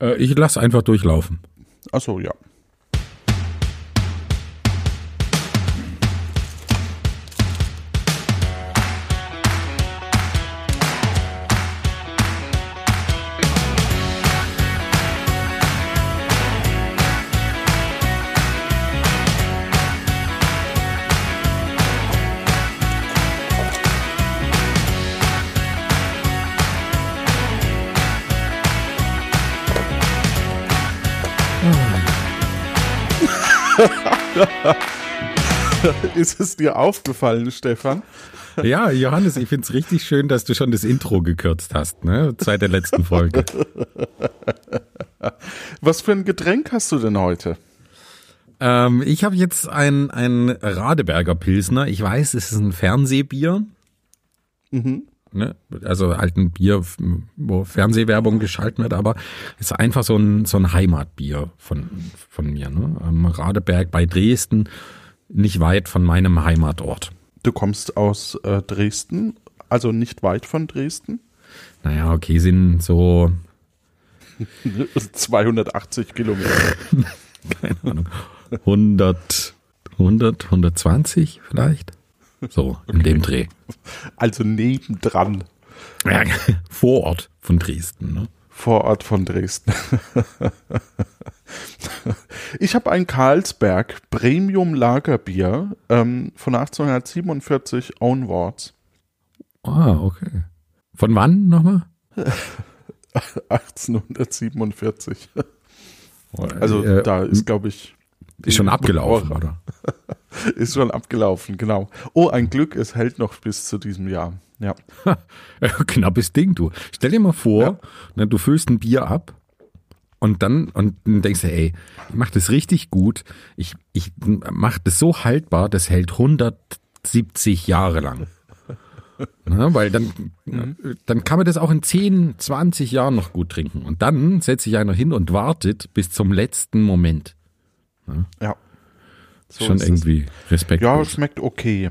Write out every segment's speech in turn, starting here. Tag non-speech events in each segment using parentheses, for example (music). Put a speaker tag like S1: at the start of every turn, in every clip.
S1: Äh, ich lasse einfach durchlaufen.
S2: Achso, ja. Ist es dir aufgefallen, Stefan?
S1: Ja, Johannes, ich finde es richtig schön, dass du schon das Intro gekürzt hast, ne? Seit der letzten Folge.
S2: Was für ein Getränk hast du denn heute?
S1: (laughs) Ähm, ich habe jetzt ein, ein Radeberger Pilsner. Ich weiß, es ist ein Fernsehbier. Ne? Also halt ein Bier, wo Fernsehwerbung geschalten wird, aber es ist einfach so ein, so ein Heimatbier von, von mir. Ne? Am Radeberg bei Dresden, nicht weit von meinem Heimatort.
S2: Du kommst aus äh, Dresden, also nicht weit von Dresden. (laughs)
S1: Naja, okay, sind so
S2: 280 Kilometer.
S1: keine Ahnung, 100, 100, 120 vielleicht? So, in dem Dreh.
S2: Also nebendran,
S1: Ja, (laughs) Vorort von Dresden. Ne?
S2: Vorort von Dresden. (laughs) Ich habe ein Carlsberg Premium Lagerbier ähm, von 1847 onwards.
S1: Ah, okay. Von wann nochmal?
S2: 1847. Also da ist, glaube ich,
S1: Äh, ist schon abgelaufen,
S2: Woche.
S1: oder?
S2: Ist schon abgelaufen, genau. Oh, ein Glück, es hält noch bis zu diesem Jahr. Ja.
S1: (laughs) Knappes Ding, du. Stell dir mal vor, ne, du füllst ein Bier ab und dann und dann denkst du, ey, ich mach das richtig gut. Ich, ich mach das so haltbar, das hält 170 Jahre
S2: (laughs)
S1: lang. Ne, weil dann,
S2: Mhm.
S1: dann kann man das auch in 10, 20 Jahren noch gut trinken. Und dann setzt sich einer hin und wartet bis zum letzten Moment.
S2: Ja. So
S1: Schon
S2: ist es.
S1: irgendwie Respekt.
S2: Ja, schmeckt okay.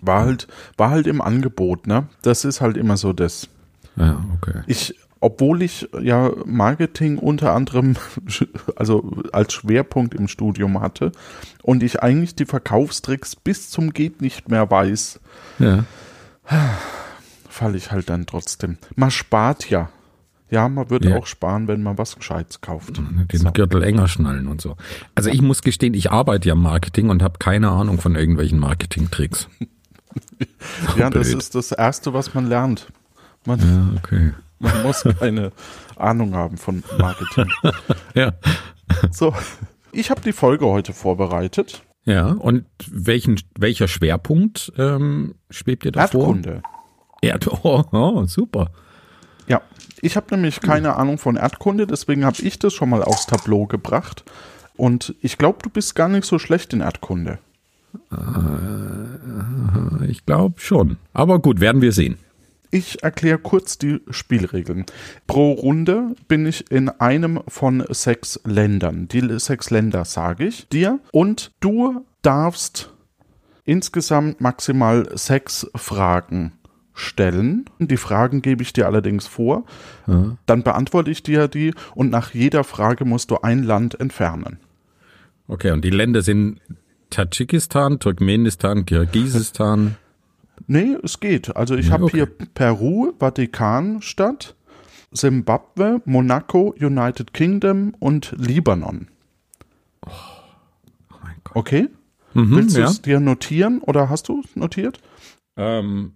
S2: War halt, war halt im Angebot, ne? Das ist halt immer so das.
S1: ja, okay.
S2: Ich, obwohl ich ja Marketing unter anderem, (laughs) also als Schwerpunkt im Studium hatte und ich eigentlich die Verkaufstricks bis zum geht nicht mehr weiß,
S1: Ja.
S2: falle ich halt dann trotzdem. Man spart ja. Ja, man würde
S1: Ja. Mhm,
S2: auch sparen, wenn man was Gescheites kauft.
S1: Den Gürtel enger schnallen und so. Also ich muss gestehen, ich arbeite ja im Marketing und habe keine Ahnung von irgendwelchen Marketingtricks.
S2: Ja, das
S1: blöd.
S2: ist das Erste, was man lernt. Man,
S1: Ja, okay.
S2: man muss keine Ahnung haben von Marketing.
S1: Ja.
S2: So, ich habe die Folge heute vorbereitet.
S1: Ja, und welchen, welcher Schwerpunkt ähm, schwebt dir da vor?
S2: Erdkunde.
S1: Erd oh, (laughs) oh, super.
S2: Ja, ich habe nämlich keine Ahnung von Erdkunde, deswegen habe ich das schon mal aufs Tableau gebracht. Und ich glaube, du bist gar nicht so schlecht in Erdkunde.
S1: Ich glaube schon. Aber gut, werden wir sehen.
S2: Ich erkläre kurz die Spielregeln. Pro Runde bin ich in einem von sechs Ländern. Die sechs Länder sage ich dir. Und du darfst insgesamt maximal sechs Fragen stellen. Die Fragen gebe ich dir allerdings vor. Dann beantworte ich dir die und nach jeder Frage musst du ein Land entfernen.
S1: Okay, und die Länder sind Tadschikistan, Turkmenistan, Kirgisistan.
S2: Nee, es geht. Also ich habe
S1: okay.
S2: hier Peru, Vatikanstadt, Simbabwe, Monaco, United Kingdom und Libanon.
S1: Oh mein Gott.
S2: Okay?
S1: Mhm,
S2: Willst du
S1: ja.
S2: es dir notieren oder hast du es notiert?
S1: Ähm,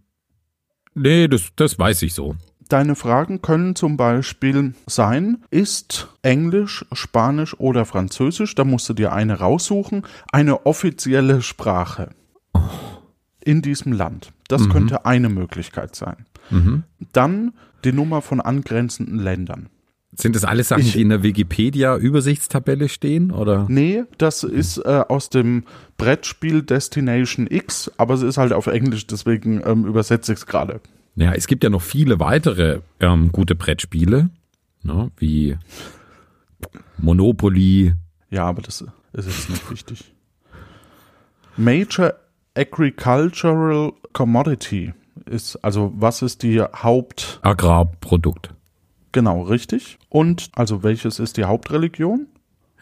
S1: nee, das, das weiß ich so.
S2: Deine Fragen können zum Beispiel sein, ist Englisch, Spanisch oder Französisch, da musst du dir eine raussuchen, eine offizielle Sprache in diesem Land. Das könnte eine Möglichkeit sein. Dann die Nummer von angrenzenden Ländern.
S1: Sind das alles Sachen, die in der Wikipedia-Übersichtstabelle stehen? Oder?
S2: Nee, das ist äh, aus dem Brettspiel Destination X, aber es ist halt auf Englisch, deswegen ähm, übersetze ich es gerade.
S1: Ja, es gibt ja noch viele weitere ähm, gute Brettspiele, ne, wie Monopoly.
S2: Ja, aber das ist jetzt nicht wichtig. Major Agricultural Commodity ist, also was ist die Haupt,
S1: Agrarprodukt.
S2: Genau, richtig. Und also welches ist die Hauptreligion?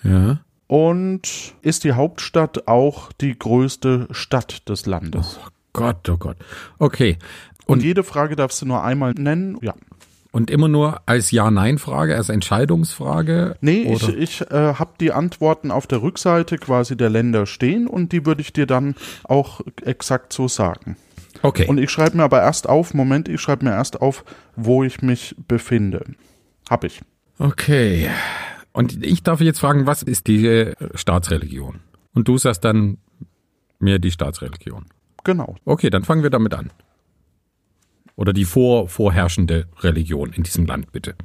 S1: Ja.
S2: Und ist die Hauptstadt auch die größte Stadt des Landes?
S1: Gott, oh Gott. Okay.
S2: Und
S1: Und,
S2: jede Frage darfst du nur einmal nennen. Ja.
S1: und immer nur als Ja-Nein-Frage, als Entscheidungsfrage?
S2: Nee,
S1: oder?
S2: ich, ich äh, habe die Antworten auf der Rückseite quasi der Länder stehen und die würde ich dir dann auch exakt so sagen.
S1: Okay.
S2: Und ich schreibe mir aber erst auf, Moment, ich schreibe mir erst auf, wo ich mich befinde. Hab ich.
S1: okay. Und ich darf jetzt fragen, was ist die äh, Staatsreligion? Und du sagst dann mir die Staatsreligion.
S2: Genau.
S1: Okay, dann fangen wir damit an. Oder die vor, vorherrschende Religion in diesem Land, bitte.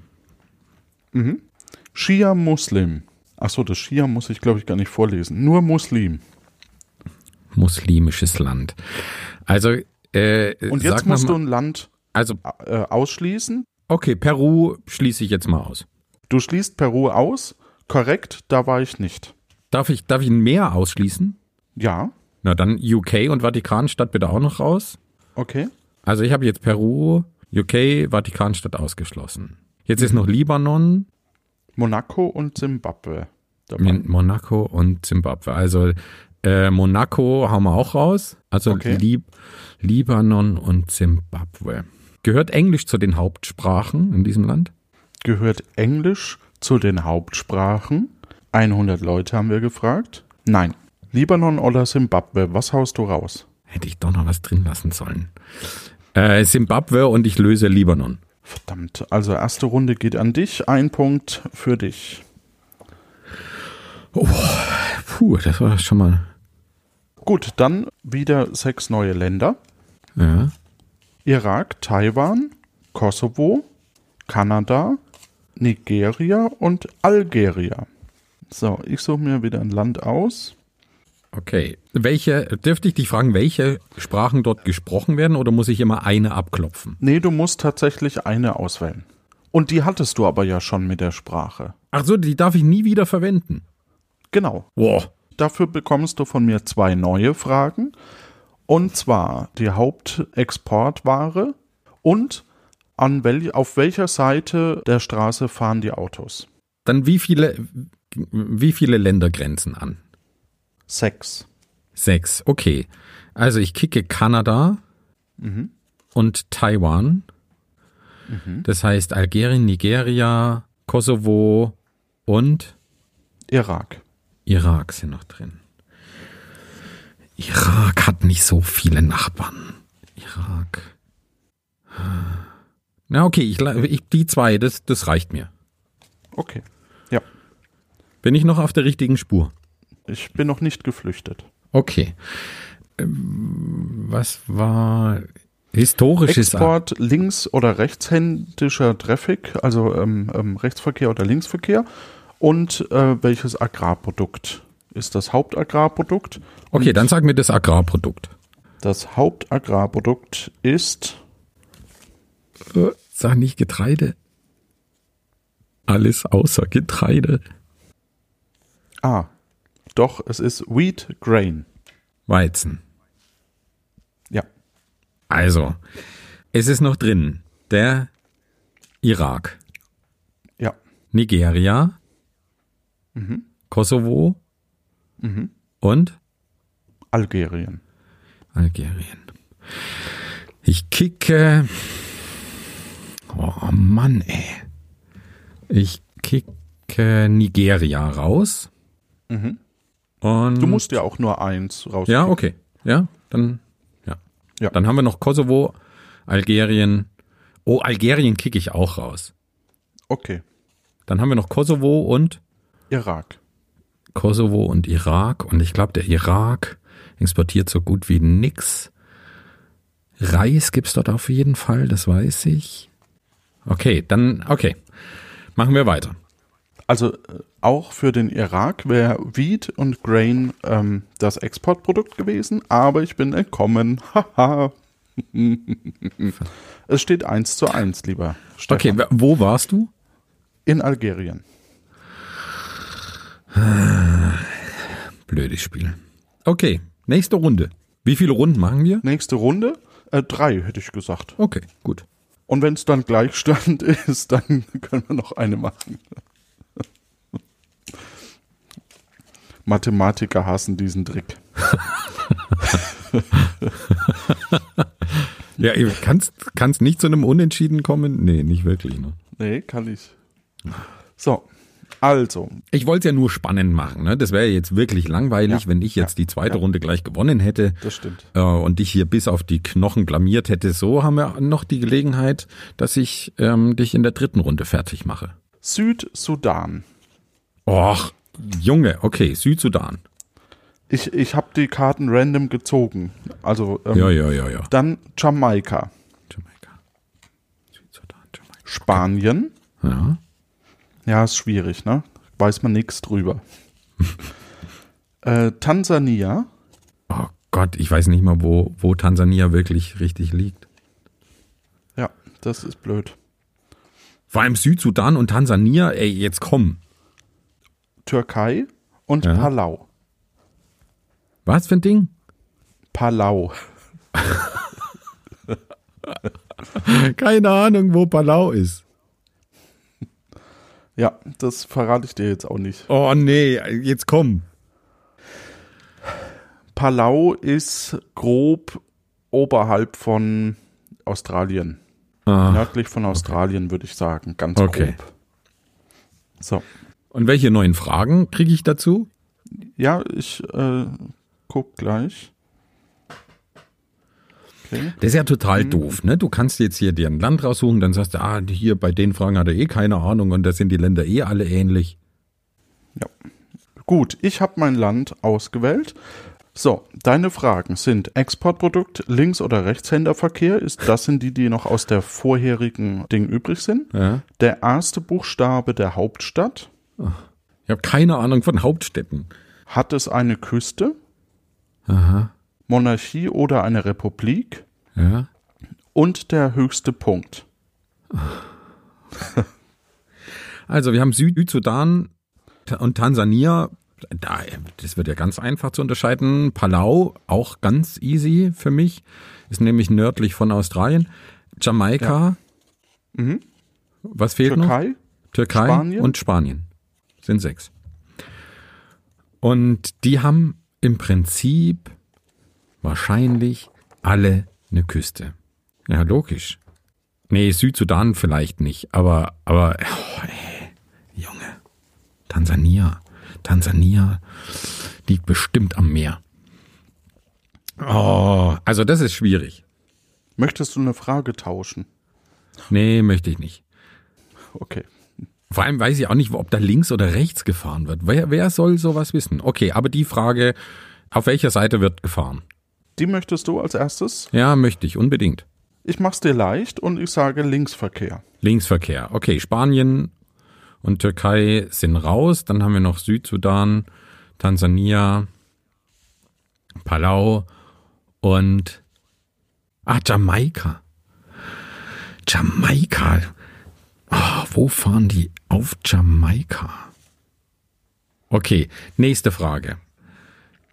S2: Schia Muslim. Achso, das Schia muss ich, glaube ich, gar nicht vorlesen. Nur Muslim.
S1: Muslimisches Land. Also, äh,
S2: Und jetzt
S1: sag noch
S2: musst
S1: mal,
S2: du ein Land
S1: Also,
S2: äh, ausschließen.
S1: okay, Peru schließe ich jetzt mal aus.
S2: Du schließt Peru aus. Korrekt, da war ich nicht.
S1: Darf ich, darf ich ein Meer ausschließen?
S2: Ja,
S1: Na, dann UK und Vatikanstadt bitte auch noch raus.
S2: okay.
S1: Also, ich habe jetzt Peru, UK, Vatikanstadt ausgeschlossen. Jetzt
S2: Mhm.
S1: ist noch Libanon,
S2: Monaco und Simbabwe. Da war-
S1: Min- Monaco und Zimbabwe. Also äh, Monaco haben wir auch raus. Also
S2: Okay.
S1: Lib Libanon und Zimbabwe. Gehört Englisch zu den Hauptsprachen in diesem Land?
S2: Gehört Englisch zu den Hauptsprachen? 100 Leute haben wir gefragt. Nein. Libanon oder Simbabwe, was haust du raus?
S1: Hätte ich doch noch was drin lassen sollen. Äh, Zimbabwe und ich löse Libanon.
S2: Verdammt, also erste Runde geht an dich, ein Punkt für dich.
S1: Puh, das war schon mal.
S2: Gut, dann wieder sechs neue Länder.
S1: Ja.
S2: Irak, Taiwan, Kosovo, Kanada, Nigeria und Algeria. So, ich suche mir wieder ein Land aus.
S1: Okay. Welche, dürfte ich dich fragen, welche Sprachen dort gesprochen werden oder muss ich immer eine abklopfen?
S2: Nee, du musst tatsächlich eine auswählen. Und die hattest du aber ja schon mit der Sprache.
S1: Ach so, die darf ich nie wieder verwenden.
S2: Genau.
S1: Boah.
S2: Dafür bekommst du von mir zwei neue Fragen. Und zwar die Hauptexportware und an wel auf welcher Seite der Straße fahren die Autos?
S1: Dann wie viele, wie viele Länder grenzen an?
S2: Sechs.
S1: Sechs, okay. Also ich kicke Kanada und Taiwan. Das heißt Algerien, Nigeria, Kosovo und
S2: Irak.
S1: Irak sind noch drin. Irak hat nicht so viele Nachbarn. Irak. Na okay, ich, la- ich, die zwei, das, das reicht mir.
S2: Okay. Ja.
S1: Bin ich noch auf der richtigen Spur?
S2: Ich bin noch nicht geflüchtet.
S1: Okay. Ähm, Was war historisches
S2: Export links- oder rechtshändischer Traffic, also ähm, ähm, Rechtsverkehr oder Linksverkehr. Und äh, welches Agrarprodukt ist das Hauptagrarprodukt?
S1: Okay, dann sag mir das Agrarprodukt.
S2: Das Hauptagrarprodukt ist
S1: Sag nicht Getreide. Alles außer Getreide.
S2: Ah, doch, es ist Wheat Grain.
S1: Weizen.
S2: Ja.
S1: Also, es ist noch drin. Der Irak,
S2: Ja.
S1: Nigeria, Kosovo und
S2: Algerien.
S1: Algerien. Ich kicke. Oh Mann, ey. Ich kicke Nigeria raus. Und
S2: Du musst ja auch nur eins raus.
S1: Mhm. ja, okay. Ja, dann ja.
S2: Ja.
S1: Dann haben wir noch Kosovo, Algerien. Oh, Algerien kicke ich auch raus.
S2: Okay.
S1: Dann haben wir noch Kosovo und
S2: Irak.
S1: Kosovo und Irak. Und ich glaube, der Irak exportiert so gut wie nix. Reis gibt's dort auf jeden Fall, das weiß ich. Okay, dann, okay. Machen wir weiter.
S2: Also äh, auch für den Irak wäre Wheat und Grain ähm, das Exportprodukt gewesen, aber ich bin entkommen. (laughs)
S1: (laughs)
S2: Haha. es steht eins zu eins, lieber. Stefan.
S1: Okay, w- wo warst du?
S2: In Algerien.
S1: Blödes Spiel. Okay, nächste Runde. Wie viele Runden machen wir?
S2: Nächste Runde. Äh, drei, hätte ich gesagt.
S1: Okay, gut.
S2: Und wenn es dann Gleichstand (laughs) ist, dann können wir noch eine machen. Mathematiker hassen diesen Trick.
S1: Ja, kannst kannst nicht zu einem Unentschieden kommen? Nee, nicht wirklich. Ne?
S2: Nee, kann ich. So, also,
S1: Ich wollte es ja nur spannend machen. Ne? Das wäre ja jetzt wirklich langweilig,
S2: Ja,
S1: wenn ich jetzt
S2: ja,
S1: die zweite Runde gleich gewonnen hätte
S2: das stimmt.
S1: äh, und dich hier bis auf die Knochen blamiert hätte. So haben wir noch die Gelegenheit, dass ich ähm, dich in der dritten Runde fertig mache.
S2: Südsudan.
S1: Och, Junge, okay, Südsudan.
S2: Ich, ich habe die Karten random gezogen. Also ähm,
S1: Ja, ja, ja, ja.
S2: dann Jamaika,
S1: Jamaika. Südsudan, Jamaika.
S2: Spanien.
S1: Ja.
S2: Ja, ist schwierig, ne? Weiß man nichts
S1: (laughs)
S2: drüber. äh, Tansania,
S1: Oh Gott, ich weiß nicht mal, wo, wo Tansania wirklich richtig liegt.
S2: ja, das ist blöd.
S1: Vor allem Südsudan und Tansania, ey, jetzt komm.
S2: Türkei und
S1: Ja.
S2: Palau.
S1: Was für ein Ding?
S2: Palau.
S1: Keine Ahnung, wo Palau ist.
S2: Ja, das verrate ich dir jetzt auch nicht.
S1: Oh nee, jetzt komm.
S2: Palau ist grob oberhalb von Australien.
S1: Ah.
S2: Nördlich von Australien, würde ich sagen. Ganz
S1: Okay.
S2: grob. So.
S1: Und welche neuen Fragen kriege ich dazu?
S2: Ja, ich äh, guck gleich. Okay.
S1: Das ist ja total doof, ne? Du kannst jetzt hier dir ein Land raussuchen, dann sagst du, ah, hier bei den Fragen hat er eh keine Ahnung und da sind die Länder eh alle ähnlich.
S2: Ja. Gut, ich habe mein Land ausgewählt. So, deine Fragen sind Exportprodukt, Links- oder Rechtshänderverkehr, ist das sind die, die noch aus der vorherigen Ding übrig sind.
S1: Ja.
S2: Der erste Buchstabe der Hauptstadt,
S1: Ich habe keine Ahnung von Hauptstädten.
S2: hat es eine Küste? Monarchie oder eine Republik?
S1: Ja.
S2: Und der höchste Punkt.
S1: Also wir haben Südsudan und Tansania. Da, das wird ja ganz einfach zu unterscheiden. Palau, auch ganz easy für mich, ist nämlich nördlich von Australien. Jamaika. Was fehlt noch?
S2: Türkei?
S1: Mhm. Türkei
S2: Spanien?
S1: und Spanien. Sind sechs. Und die haben im Prinzip wahrscheinlich alle eine Küste. Ja, logisch. Nee, Südsudan vielleicht nicht, aber, aber, oh, ey, Junge, Tansania, Tansania liegt bestimmt am Meer. Oh, also das ist schwierig.
S2: Möchtest du eine Frage tauschen?
S1: Nee, möchte ich nicht.
S2: Okay.
S1: Vor allem weiß ich auch nicht, ob da links oder rechts gefahren wird. Wer, wer soll sowas wissen? Okay, aber die Frage, auf welcher Seite wird gefahren?
S2: Die möchtest du als erstes?
S1: Ja, möchte ich, unbedingt.
S2: Ich mach's dir leicht und ich sage Linksverkehr.
S1: Linksverkehr. Okay, Spanien und Türkei sind raus. Dann haben wir noch Südsudan, Tansania, Palau und ah, Jamaika. Jamaika. Ah, wo fahren die auf Jamaika? Okay, nächste Frage.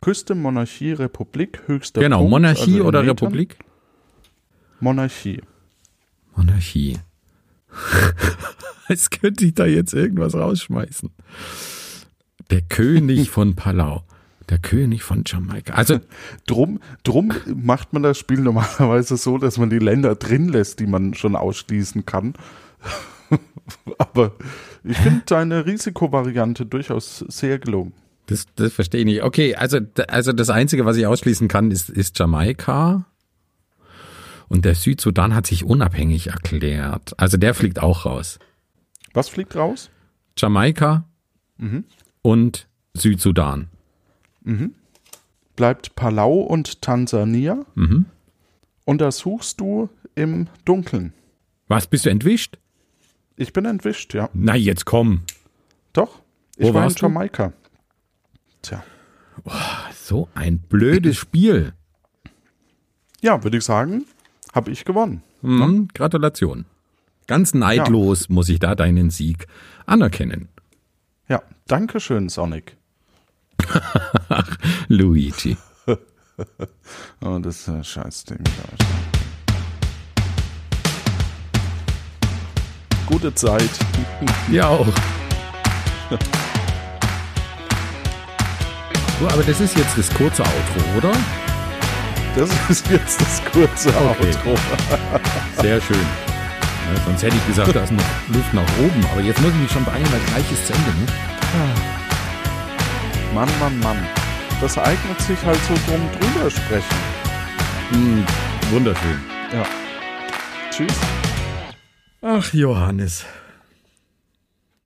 S2: Küste, Monarchie, Republik, höchster
S1: genau,
S2: Punkt.
S1: Monarchie
S2: also in
S1: oder
S2: Metern.
S1: Republik?
S2: Monarchie.
S1: Monarchie. (laughs) Als könnte ich da jetzt irgendwas rausschmeißen. Der König von Palau. Der König von Jamaika. Also,
S2: Drum, drum macht man das Spiel normalerweise so, dass man die Länder drin lässt, die man schon ausschließen kann. (laughs) Aber ich finde deine Risikovariante durchaus sehr gelungen.
S1: das, das verstehe ich nicht. Okay, also, d- also das Einzige, was ich ausschließen kann, ist, ist Jamaika. Und der Südsudan hat sich unabhängig erklärt. Also der fliegt auch raus.
S2: Was fliegt raus?
S1: Jamaika Mhm. und Südsudan.
S2: Bleibt Palau und Tansania.
S1: Mhm.
S2: Und das suchst du im Dunkeln.
S1: Was, bist du entwischt?
S2: Ich bin entwischt, ja.
S1: Na, jetzt komm.
S2: Doch. Ich
S1: Wo
S2: war in
S1: warst du?
S2: Jamaika. Tja.
S1: So ein blödes Spiel.
S2: Ja, würde ich sagen, habe ich gewonnen.
S1: Mhm, Gratulation. Ganz neidlos muss ich da deinen Sieg anerkennen,
S2: Ja, danke schön, Sonic.
S1: Luigi.
S2: Ah, Oh, das ist ein Scheißding. Gute Zeit.
S1: Ja auch. So, aber das ist jetzt das kurze Outro, oder?
S2: Das (laughs) ist jetzt das kurze
S1: Okay.
S2: Outro.
S1: Sehr schön. Ja, sonst hätte ich gesagt, da ist noch Luft nach oben. Aber jetzt muss ich mich schon beeilen, weil gleich ist zu Ende. Ne?
S2: Mann, Mann, Mann. Das eignet sich halt so drum drüber sprechen.
S1: Hm, wunderschön.
S2: Ja. Tschüss.
S1: Ach, Johannes.